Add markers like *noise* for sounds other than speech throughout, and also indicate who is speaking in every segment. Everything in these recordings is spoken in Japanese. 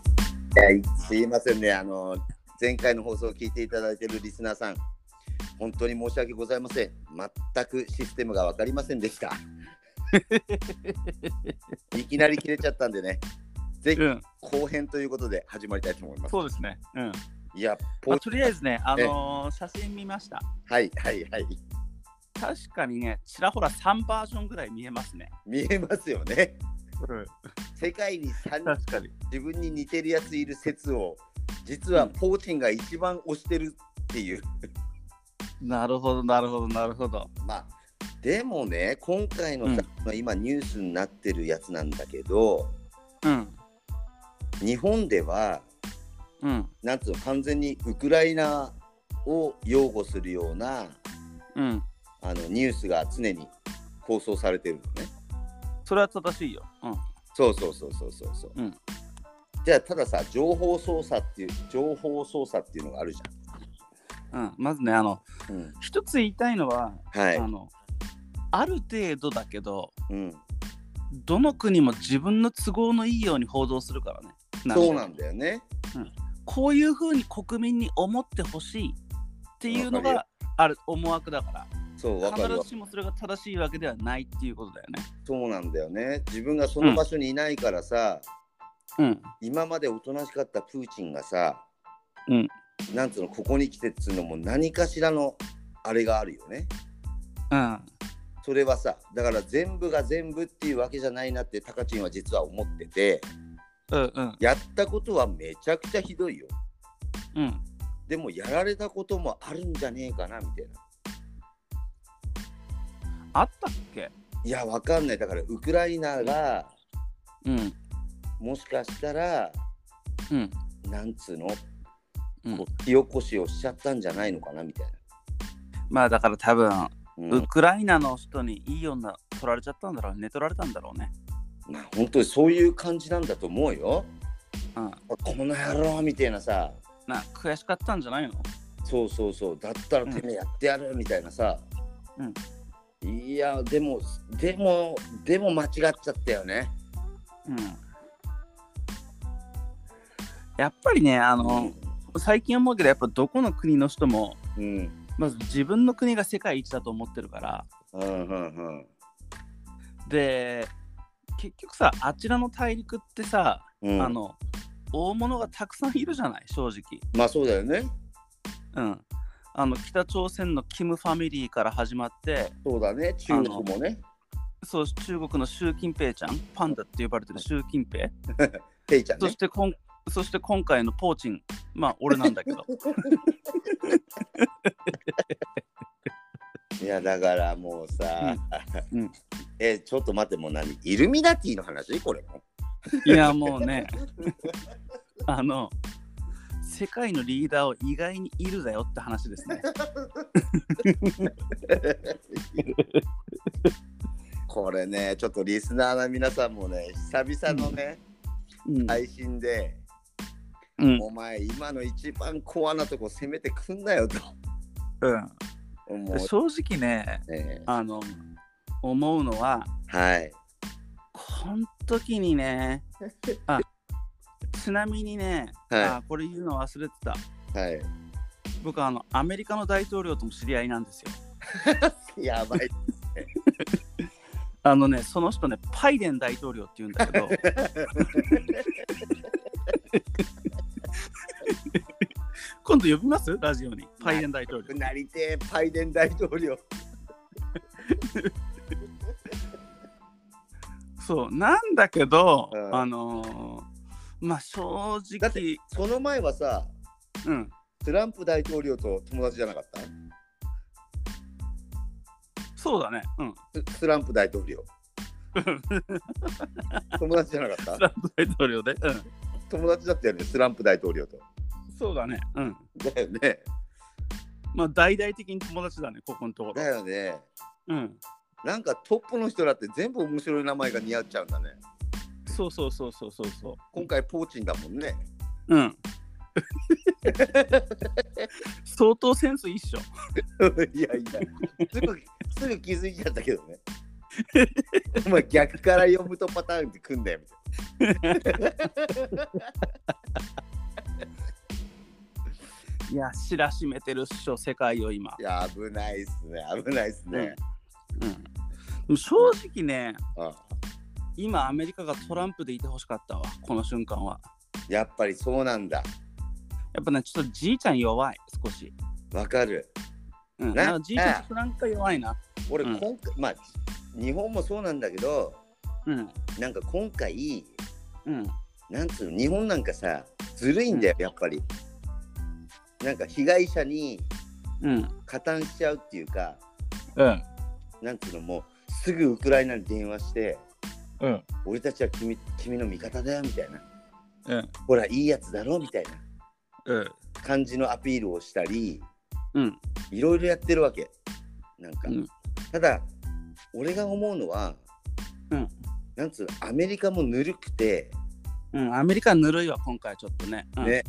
Speaker 1: いやすいませんね、あの前回の放送を聞いていただいているリスナーさん、本当に申し訳ございません。全くシステムが分かりませんで
Speaker 2: *laughs*
Speaker 1: した。いきなり切れちゃったんでね、ぜひ
Speaker 2: うん、
Speaker 1: 後編ということで始まりたいと思います。
Speaker 2: そうですね。うん。
Speaker 1: いや、ポ
Speaker 2: まあとりあえずね、あのー写真見ました。
Speaker 1: はいはいはい、
Speaker 2: 確かにね、ちらほら3バージョンぐらい見えますね。
Speaker 1: 見えますよね。
Speaker 2: うん、
Speaker 1: 世界に三
Speaker 2: 確かに。
Speaker 1: 自分に似てるやついる説を、実はポーチンが一番推してるっていう。
Speaker 2: なるほど、なるほど、なるほど。
Speaker 1: まあでもね今回のさ、今ニュースになってるやつなんだけど
Speaker 2: うん。
Speaker 1: 日本では
Speaker 2: うん。
Speaker 1: なんつうの完全にウクライナを擁護するような
Speaker 2: うん。
Speaker 1: あのニュースが常に放送されてるのね。
Speaker 2: それは正しいよ。うん。
Speaker 1: そうそうそうそうそうそう。
Speaker 2: うん
Speaker 1: じゃあたださ情報操作っていう情報操作っていうのがあるじ
Speaker 2: うん、まずね、あの、
Speaker 1: ゃん。うん、
Speaker 2: 一つ言いたいのは、
Speaker 1: はい、
Speaker 2: あの、ある程度だけど、
Speaker 1: うん。
Speaker 2: どの国も自分の都合のいいように報道するからね。
Speaker 1: そうな
Speaker 2: の
Speaker 1: んだよね。
Speaker 2: こういうふうに国民に思ってほしいっていうの
Speaker 1: わ
Speaker 2: がある思惑だから。
Speaker 1: そうわか
Speaker 2: 必
Speaker 1: るわ
Speaker 2: ず。しもそれが正しいわけではないっていうことだよね。
Speaker 1: そうなんだよね。自分がその場所にいないからさ、
Speaker 2: うん。
Speaker 1: 今までおとなしかったプーチンがさ、
Speaker 2: うん
Speaker 1: なんつうのここに来てっつうのも何かしらのあれがあるよね
Speaker 2: うん。
Speaker 1: それはさだから全部が全部っていうわけじゃないなってタカチンは実は思ってて
Speaker 2: うんうん。
Speaker 1: やったことはめちゃくちゃひどいよ
Speaker 2: うん。
Speaker 1: でもやられたこともあるんじゃねえかなみたいな
Speaker 2: あったっけ
Speaker 1: いやわかんないだからウクライナが
Speaker 2: うん。
Speaker 1: もしかしたら
Speaker 2: うん。
Speaker 1: なんつうの、
Speaker 2: うん
Speaker 1: こう火起こしをしちゃったんじゃないのかなみたいな、
Speaker 2: まあだから多分、
Speaker 1: うん
Speaker 2: ウクライナの人にいい女取られちゃったんだろうね。取られたんだろうね。
Speaker 1: まあ本当にそういう感じなんだと思うよ
Speaker 2: うん。
Speaker 1: この野郎みたいなさ
Speaker 2: な悔しかったんじゃないの
Speaker 1: そうそうそうだったらてめえやってやるみたいなさ、いやでもでもでも間違っちゃったよね
Speaker 2: うん。やっぱりね、あの、最近思うけど、やっぱどこの国の人も、
Speaker 1: うん
Speaker 2: まず自分の国が世界一だと思ってるから、
Speaker 1: うんうんうん
Speaker 2: で、結局さ、あちらの大陸ってさ、
Speaker 1: うん
Speaker 2: あの大物がたくさんいるじゃない正直、
Speaker 1: まあそうだよね
Speaker 2: うん、あの北朝鮮のキムファミリーから始まって
Speaker 1: そうだね中国もね
Speaker 2: そう中国の習近平ちゃんパンダって呼ばれてる習近平
Speaker 1: ペイちゃん
Speaker 2: そ
Speaker 1: ね
Speaker 2: してこんそして今回のポーチンまあ俺なん
Speaker 1: *laughs*
Speaker 2: だけど
Speaker 1: いやだからもうさ、
Speaker 2: うんうん
Speaker 1: *laughs* えちょっと待ってもう何イルミナティの話これ
Speaker 2: *laughs*
Speaker 1: も
Speaker 2: いやもうね *laughs* あの世界のリーダーを意外にいるだよって話で
Speaker 1: *laughs*
Speaker 2: すね
Speaker 1: これねちょっとリスナーの皆さんもね久々のね、
Speaker 2: うん、
Speaker 1: 配信で、
Speaker 2: うん
Speaker 1: お前今の一番コアなとこ攻めてくんなよと
Speaker 2: うん
Speaker 1: 思
Speaker 2: で
Speaker 1: う
Speaker 2: 正直ね
Speaker 1: ね。
Speaker 2: あの思うのは
Speaker 1: はい。
Speaker 2: こん時にね、あちなみにね、
Speaker 1: はい
Speaker 2: あこれ言うの忘れてた。
Speaker 1: はい。
Speaker 2: 僕あの、アメリカの大統領とも知り合いなんですよ。
Speaker 1: やばい。
Speaker 2: あのね、その人ね、バイデン大統領って言うんだ
Speaker 1: *laughs*
Speaker 2: けど、今度呼びますラジオに、バイデン大統領。
Speaker 1: なりてえバイデン大統領。
Speaker 2: そう、なんだけど、
Speaker 1: うん
Speaker 2: あのーまあ正
Speaker 1: だって
Speaker 2: 直、
Speaker 1: その前はさ、
Speaker 2: うん、
Speaker 1: トランプ大統領と友達じゃなかっ
Speaker 2: そうだね、うん、
Speaker 1: たススランプ大統
Speaker 2: *laughs*
Speaker 1: 領。友達じゃなかっ
Speaker 2: ト
Speaker 1: た
Speaker 2: ランプ大統領で、うん、
Speaker 1: 友達だったよね、スランプ大統領と。
Speaker 2: そうだね、うん。
Speaker 1: だよね。
Speaker 2: まあ大々的に友達だね、ここのところ
Speaker 1: だ。よね。
Speaker 2: うん。
Speaker 1: なんかトップの人だって全部面白い名前が似合っちゃうんだね。
Speaker 2: そうそうそうそうそうそ
Speaker 1: 今回ポーチンだもんね。
Speaker 2: う。 *laughs* うん。相当センスいいっしょ。
Speaker 1: *laughs* いやいや、すぐすぐ気づいちゃったけど *laughs* ね。お前逆から読むとパターンってくんだよみたい
Speaker 2: いや、知らしめてるっしょ、世界を今
Speaker 1: い。や、危ないっすね。危ないっすね。
Speaker 2: うん。でも正直ね、
Speaker 1: うん
Speaker 2: 今アメリカがトランプでいてほしかったわ、この瞬間は。
Speaker 1: やっぱりそうなんだ。
Speaker 2: やっぱね、ちょっとじいちゃん弱い、少し。
Speaker 1: わかる。
Speaker 2: うん、
Speaker 1: ね
Speaker 2: あのじいちゃん、ちょっとなんか弱いな。
Speaker 1: 俺、
Speaker 2: うん
Speaker 1: 今回、まあ、日本もそうなんだけど、
Speaker 2: うん。
Speaker 1: なんか今回、
Speaker 2: うん。
Speaker 1: なんつうの、日本なんかさ、ずるいんだよ、やっぱり。なんか被害者に
Speaker 2: うん。
Speaker 1: 加担しちゃうっていうか、
Speaker 2: うん。
Speaker 1: なんつうの、もうすぐウクライナに電話して、
Speaker 2: うん。
Speaker 1: 俺たちは君君の味方だよみたいな、
Speaker 2: うん。
Speaker 1: ほら、いいやつだろみたいな
Speaker 2: うん。
Speaker 1: 感じのアピールをしたり、
Speaker 2: うん。
Speaker 1: いろいろやってるわけ。なんか、
Speaker 2: うん
Speaker 1: ただ、俺が思うのは、
Speaker 2: うん
Speaker 1: なんつうの、アメリカもぬるくて、
Speaker 2: うん。アメリカぬるいわ、今回ちょっとね。うん。
Speaker 1: ね、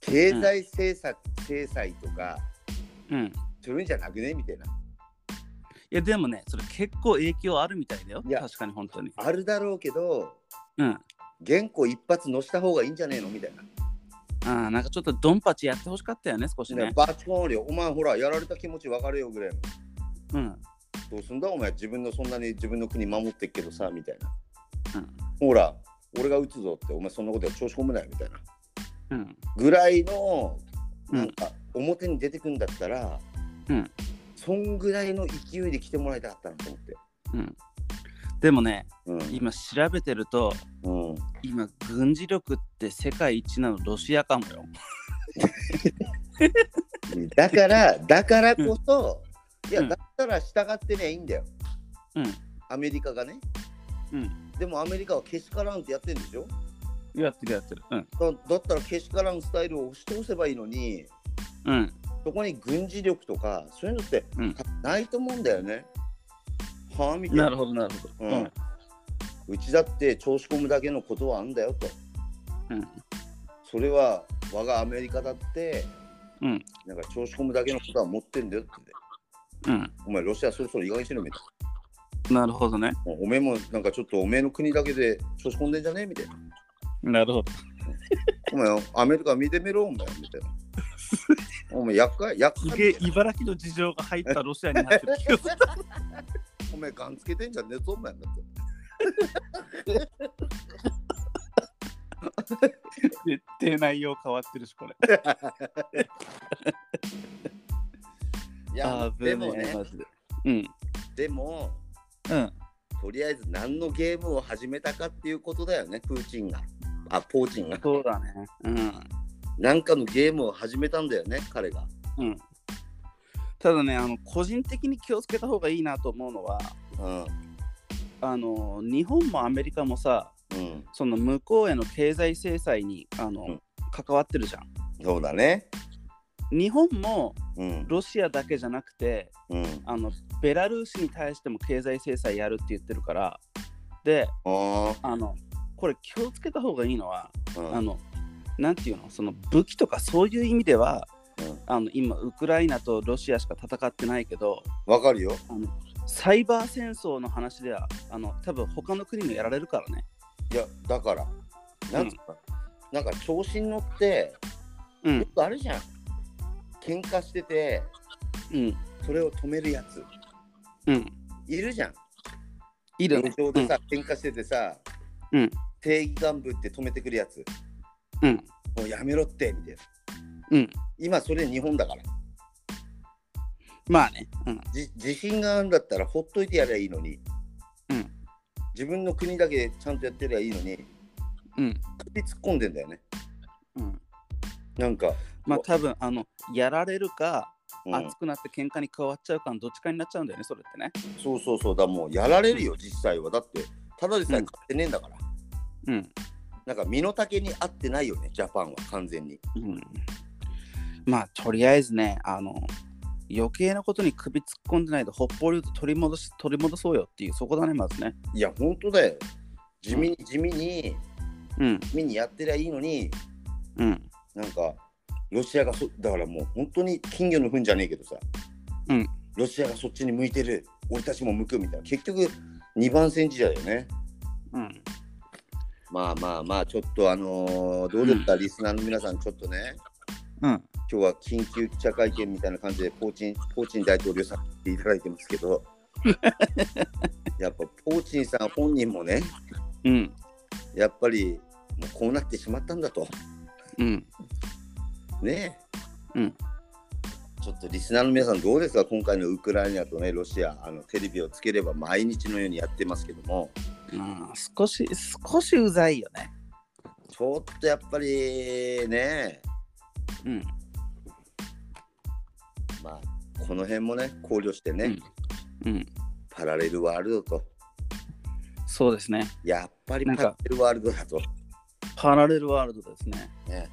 Speaker 1: 経済制作、制裁とか、
Speaker 2: うん。い
Speaker 1: するんじゃなくねみたいな。
Speaker 2: や、でもね、それ結構影響あるみたいだよ。
Speaker 1: いや
Speaker 2: 確かに、本当に。
Speaker 1: あるだろうけど、
Speaker 2: うん。
Speaker 1: 原稿一発載した方がいいんじゃねえのみたいな。
Speaker 2: ああ、なんかちょっとドンパチやってほしかったよね、少し
Speaker 1: ね
Speaker 2: ね。
Speaker 1: バーチコンより、お前ほら、やられた気持ちわかるよぐらいの。
Speaker 2: うん。
Speaker 1: どうすんだお前、自分のそんなに自分の国守ってっけどさ、みたいな。
Speaker 2: うん
Speaker 1: ほら、俺が撃つぞって、お前そんなことや調子込むなよみたいな。
Speaker 2: うん。
Speaker 1: ぐらいの、
Speaker 2: うん
Speaker 1: なんか、表に出てくんだったら、
Speaker 2: うん
Speaker 1: そんぐらいの勢いで来てもらいたかったなと思って。
Speaker 2: うん。でもね、
Speaker 1: うん
Speaker 2: 今調べてると、
Speaker 1: うん、
Speaker 2: 今、軍事力って世界一なのロシアかもよ。
Speaker 1: だ
Speaker 2: *laughs*
Speaker 1: から、だからこそ、いや、
Speaker 2: うん
Speaker 1: だったら従ってねいいんだよ。
Speaker 2: うん
Speaker 1: アメリカがね。
Speaker 2: うん
Speaker 1: でもアメリカはけしからんってやってるんでしょ
Speaker 2: やってるやってる。うん。
Speaker 1: だだったらけしからんスタイルを押し通せばいいのに、
Speaker 2: うん。
Speaker 1: そこに軍事力とか、そういうのって、
Speaker 2: うん
Speaker 1: ないと思うんだよね。はあみたい
Speaker 2: な
Speaker 1: な
Speaker 2: るほど、なるほど。
Speaker 1: うんうちだって調子込むだけのことはあんだよと。
Speaker 2: うん
Speaker 1: それは我がアメリカだって、
Speaker 2: うん
Speaker 1: なんか調子込むだけのことは持ってんだよって。
Speaker 2: うん。
Speaker 1: お前ロシアそろそろ意外にしろみたいな。
Speaker 2: なるほどね。
Speaker 1: おめえもなんかちょっとおめえの国だけで調子込んでんじゃねえみたいな。
Speaker 2: なるほど。
Speaker 1: お前アメリカ見てみろお前み
Speaker 2: *laughs*
Speaker 1: たいな。お前厄介厄
Speaker 2: すげえ
Speaker 1: 介。
Speaker 2: 茨城の事情が入ったロシアにな *laughs* ってる気がする
Speaker 1: お前ガンつけてんじゃねえぞお前だって。
Speaker 2: 絶対内容変わってるし、これ。
Speaker 1: いやでも
Speaker 2: 危ね
Speaker 1: ね
Speaker 2: え、マジでうん。
Speaker 1: でも
Speaker 2: うん。
Speaker 1: とりあえず何のゲームを始めたかっていうことだよね、プーチンが。あ、ポーチンが。 *laughs*
Speaker 2: そうだね。うん。
Speaker 1: なんかのゲームを始めたんだよね、彼が。
Speaker 2: うん、ただねあの個人的に気をつけた方がいいなと思うのは
Speaker 1: うん。
Speaker 2: あの日本もアメリカもさ
Speaker 1: うん。
Speaker 2: その向こうへの経済制裁にあの、
Speaker 1: うん
Speaker 2: 関わってるじゃん。
Speaker 1: そうだね。
Speaker 2: 日本も
Speaker 1: うん。
Speaker 2: ロシアだけじゃなくて
Speaker 1: うん。
Speaker 2: あのベラルーシに対しても経済制裁やるって言ってるからで
Speaker 1: あ
Speaker 2: あのこれ気をつけた方がいいのは
Speaker 1: あ。うん
Speaker 2: あのなんていうのその武器とかそういう意味では
Speaker 1: うん
Speaker 2: あの今ウクライナとロシアしか戦ってないけど、
Speaker 1: わかるよ。
Speaker 2: あのサイバー戦争の話ではあの多分他の国もやられるからね。
Speaker 1: いや、だから、なんつうか、なんか調子に乗って、
Speaker 2: う
Speaker 1: よ
Speaker 2: ん
Speaker 1: くあるじゃん。喧嘩してて、
Speaker 2: うん
Speaker 1: それを止めるやつ。
Speaker 2: うん。
Speaker 1: いるじゃん。
Speaker 2: いるね。
Speaker 1: 路上でさ、喧嘩しててさ、
Speaker 2: うん
Speaker 1: 定義幹部って止めてくるやつ。
Speaker 2: うん
Speaker 1: もうやめろって、みたいな。
Speaker 2: うん。
Speaker 1: 今、それ日本だから。
Speaker 2: まあね。うん
Speaker 1: じ自信があるんだったらほっといてやればいいのに、
Speaker 2: うん
Speaker 1: 自分の国だけでちゃんとやってりゃいいのに
Speaker 2: うん
Speaker 1: 首突っ込んでんだよね
Speaker 2: うん。
Speaker 1: なんか、
Speaker 2: まあ多分あのやられるか、
Speaker 1: うん
Speaker 2: 熱くなって喧嘩に加わっちゃうかのどっちかになっちゃうんだよねそれってね。
Speaker 1: そうそうそうだもうやられるよ実際はだってただでさえ
Speaker 2: うん
Speaker 1: 買ってねえんだから、
Speaker 2: うん
Speaker 1: なんか身の丈に合ってないよねジャパンは完全に
Speaker 2: うん。まあとりあえずねあの余計なことに首突っ込んでないで北方領土取り戻し取り戻そうよっていうそこだねまずね。
Speaker 1: いや本当だよ地味に地味に
Speaker 2: うん
Speaker 1: 地味にやってりゃいいのに
Speaker 2: うん
Speaker 1: なんかロシアがそだからもう本当に金魚の糞じゃねえけどさ、
Speaker 2: うん
Speaker 1: ロシアがそっちに向いてる俺たちも向くみたいな結局2番線時代だよね
Speaker 2: うん。
Speaker 1: まあまあまあ、ちょっとあのーどうですか、リスナーの皆さん、ちょっとね、
Speaker 2: うん。
Speaker 1: 今日は緊急記者会見みたいな感じで、ポーチン、ポーチン大統領さん来ていただいてますけど、やっぱポーチンさん本人もね、
Speaker 2: うん。
Speaker 1: やっぱりもうこうなってしまったんだと、
Speaker 2: うん。
Speaker 1: ねえ
Speaker 2: うん
Speaker 1: ちょっとリスナーの皆さん、どうですか、今回のウクライナとね、ロシア、あのテレビをつければ毎日のようにやってますけども、
Speaker 2: うん少し、少しうざいよね。
Speaker 1: ちょっとやっぱりね、
Speaker 2: うん。
Speaker 1: まあ、この辺もね、考慮してね、
Speaker 2: うん。うん。
Speaker 1: パラレルワールドと、
Speaker 2: そうですね。
Speaker 1: やっぱり
Speaker 2: な
Speaker 1: パ
Speaker 2: んか
Speaker 1: ラレルワールドだと、
Speaker 2: パラレルワールドですね。
Speaker 1: ね、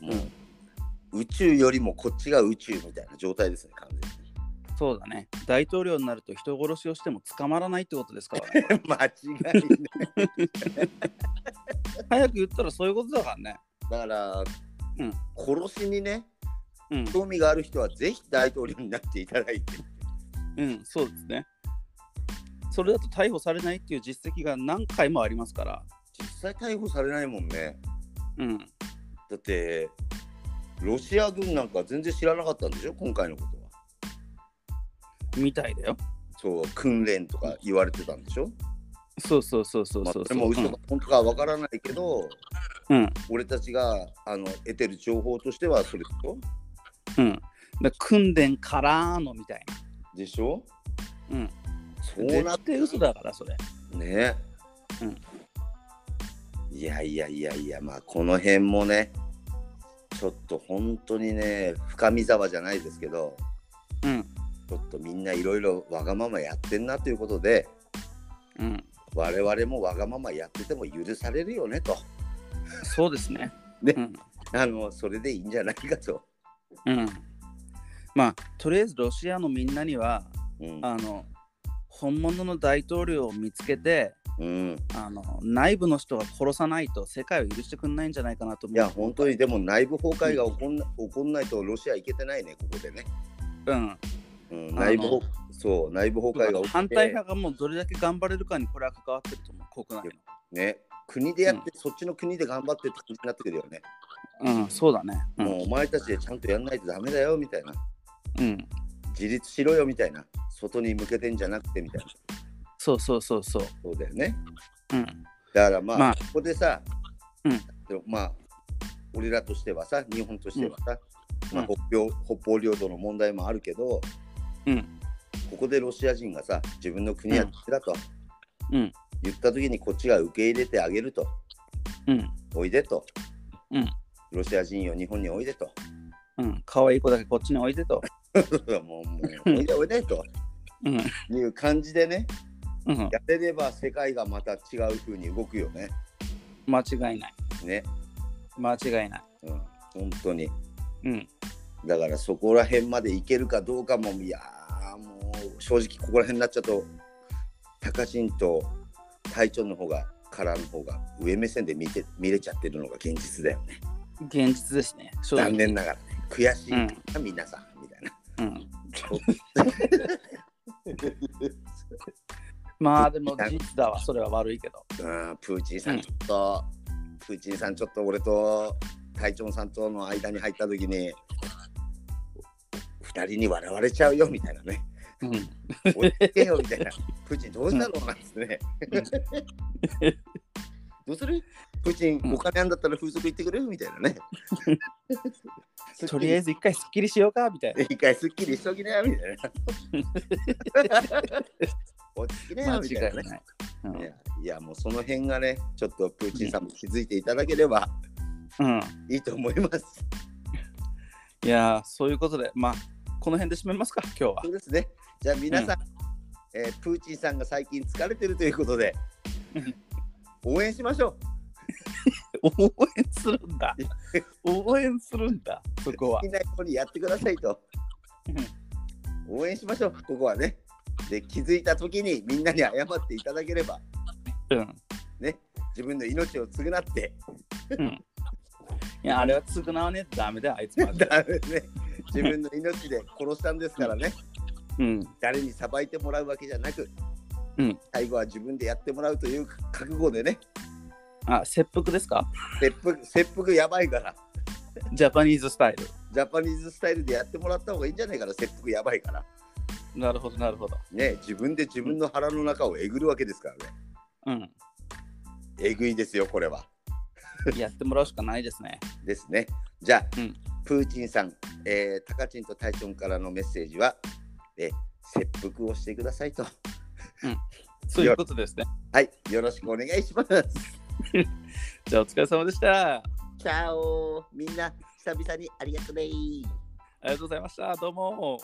Speaker 1: もう宇宙よりもこっちが宇宙みたいな状態ですね、完
Speaker 2: そうだね。大統領になると人殺しをしても捕まらないってことですからね。
Speaker 1: 全に。 *laughs* 間違いない。
Speaker 2: 早く言ったらそういうことだからね。
Speaker 1: だから、
Speaker 2: うん
Speaker 1: 殺しにね、
Speaker 2: うん。
Speaker 1: 興味がある人はぜひ大統領になっていただいて、
Speaker 2: うん、そうですね。それだと逮捕されないっていう実績が何回もありますから。
Speaker 1: 実際逮捕されないもんね。
Speaker 2: うん。
Speaker 1: だって、ロシア軍なんか全然知らなかったんでしょ、今回のことは。
Speaker 2: みたいだよ。
Speaker 1: そう、訓練とか言われてたんでしょ。
Speaker 2: そうそうそうそう
Speaker 1: まあ、
Speaker 2: そう
Speaker 1: そ
Speaker 2: そ
Speaker 1: れ
Speaker 2: う。
Speaker 1: も嘘か本当かわからないけど、
Speaker 2: うん。うん。
Speaker 1: 俺たちがあの得てる情報としてはそれでしょ
Speaker 2: うん、だから訓練からのみたいな。
Speaker 1: でしょ
Speaker 2: うん。
Speaker 1: そうなっ
Speaker 2: 絶対嘘だから、それ。
Speaker 1: ね
Speaker 2: うん
Speaker 1: いやいやいやいやまあこの辺もねちょっと本当にね深見沢じゃないですけど
Speaker 2: うん。
Speaker 1: ちょっとみんないろいろわがままやってんなということで
Speaker 2: うん。
Speaker 1: 我々もわがままやってても許されるよねと
Speaker 2: そうですね。
Speaker 1: ね
Speaker 2: うん。
Speaker 1: あのそれでいいんじゃないかと、
Speaker 2: うん。まあ、とりあえずロシアのみんなには、
Speaker 1: うん
Speaker 2: あの、本物の大統領を見つけて、
Speaker 1: うん、
Speaker 2: あの内部の人が殺さないと世界を許してくれないんじゃないかなと思。
Speaker 1: いうや本当にでも内部崩壊が起こんな起こんないとロシア行けてないねここでね、
Speaker 2: うん、
Speaker 1: うん、
Speaker 2: あの
Speaker 1: 内部崩そう内部崩壊が起きて
Speaker 2: 反対派がもうどれだけ頑張れるかにこれは関わってると思う、国内
Speaker 1: ね、国でやって、そっちの国で頑張ってって感じになってくるよね。
Speaker 2: の。うん、そうだね。う。
Speaker 1: もうんお前たちでちゃんとやんないとダメだよみたいな。
Speaker 2: うん、
Speaker 1: 自立しろよみたいな。外に向けてんじゃなくてみたいな。
Speaker 2: そうそうそうそう。
Speaker 1: そうだよね。
Speaker 2: うん。
Speaker 1: だからまあ、
Speaker 2: まあ
Speaker 1: ここでさ、
Speaker 2: うん
Speaker 1: でもまあ、俺らとしてはさ、日本としてはさ、
Speaker 2: うん
Speaker 1: まあ、北方北方領土の問題もあるけど、
Speaker 2: うん。
Speaker 1: ここでロシア人がさ、自分の国やってだと、
Speaker 2: うん
Speaker 1: 言った時にこっちが受け入れてあげると、
Speaker 2: うん。
Speaker 1: おいでと、
Speaker 2: うん
Speaker 1: ロシア人よ、日本においでと。 *laughs*
Speaker 2: うん。可愛い子だけこっちにおいでと。
Speaker 1: もう、もう、おいでおいでと
Speaker 2: うん。
Speaker 1: いう感じでね、
Speaker 2: うん。
Speaker 1: やれれば世界がまた違う風に動くよね。
Speaker 2: 間違いない。
Speaker 1: ね。
Speaker 2: 間違いない。
Speaker 1: うん、本当に。
Speaker 2: うん。
Speaker 1: だからそこら辺までいけるかどうかも、いやーもう、正直ここら辺になっちゃうと、タカチンと隊長の方が、カラーの方が上目線で見て見れちゃってるのが現実だよね。
Speaker 2: 現実ですね。正
Speaker 1: 残
Speaker 2: 直。
Speaker 1: 念ながらね。悔しいな、皆さん、みたいな。 *laughs*
Speaker 2: うん。まあでも事実だわ。それは悪いけど。
Speaker 1: うんプーチンさ
Speaker 2: うんん
Speaker 1: ちょっと、プーチンさんちょっと俺と隊長さんとの間に入った時に二人に笑われちゃうよみたいなね
Speaker 2: うん。
Speaker 1: 追いつけよみたいなプーチンどうしたのなんですねどうするプーチ
Speaker 2: う
Speaker 1: ン
Speaker 2: ん
Speaker 1: お金あんだったら風俗行ってくれるみたいなね
Speaker 2: とりあえ
Speaker 1: ず
Speaker 2: ず一回すっきりしようかみたいな。
Speaker 1: 一回すっきりしときなよみたいな落ち着きなよみたいなね
Speaker 2: い。うん
Speaker 1: いやいやもうその辺がねちょっとプーチンさんも気づいていただければ
Speaker 2: うん、
Speaker 1: いいと思います。
Speaker 2: いやーそういうことで、まあ、この辺で締めますか、今日は *laughs*
Speaker 1: そう。ですね。じゃあ皆さん、えープーチンさんが最近疲れてるということ
Speaker 2: *laughs*
Speaker 1: で
Speaker 2: うん
Speaker 1: 応援しましょ。
Speaker 2: 応援するんだ。 *laughs* 応援するんだ、そうこは
Speaker 1: 好き。なようにやってください
Speaker 2: *laughs*
Speaker 1: と。応援しましょう。ここはね。で気づいた時にみんなに謝っていただければ
Speaker 2: うん。
Speaker 1: ね自分の命を償って
Speaker 2: うん。いや、あれは償わねえとダ *laughs* メだよ、あいつまで。
Speaker 1: だめね自分の命で殺したんですからね
Speaker 2: うん。
Speaker 1: 誰にさばいてもらうわけじゃなく、
Speaker 2: うん
Speaker 1: 最後は自分でやってもらうという覚悟でね
Speaker 2: あ、切腹ですか
Speaker 1: 切腹切腹やばいから
Speaker 2: ジャパニーズスタイル。
Speaker 1: ジャパニーズスタイルでやってもらった方がいいんじゃないかな切腹やばいから
Speaker 2: なるほど、なるほど。
Speaker 1: ね自分で自分の腹の中をえぐるわけですからね
Speaker 2: うん。
Speaker 1: えぐいですよこれは
Speaker 2: やってもらうしかないですね。
Speaker 1: ですねじゃあ、
Speaker 2: うん
Speaker 1: プーチンさん、えー、タカチンとタイソンからのメッセージは、えー切腹をしてくださいと *laughs*
Speaker 2: そういうことですね。
Speaker 1: はいよろしくお願いします
Speaker 2: じゃあ、お疲れ様でした。あ
Speaker 1: チャオみんな久々にありがとね
Speaker 2: りがとうございました。どうも。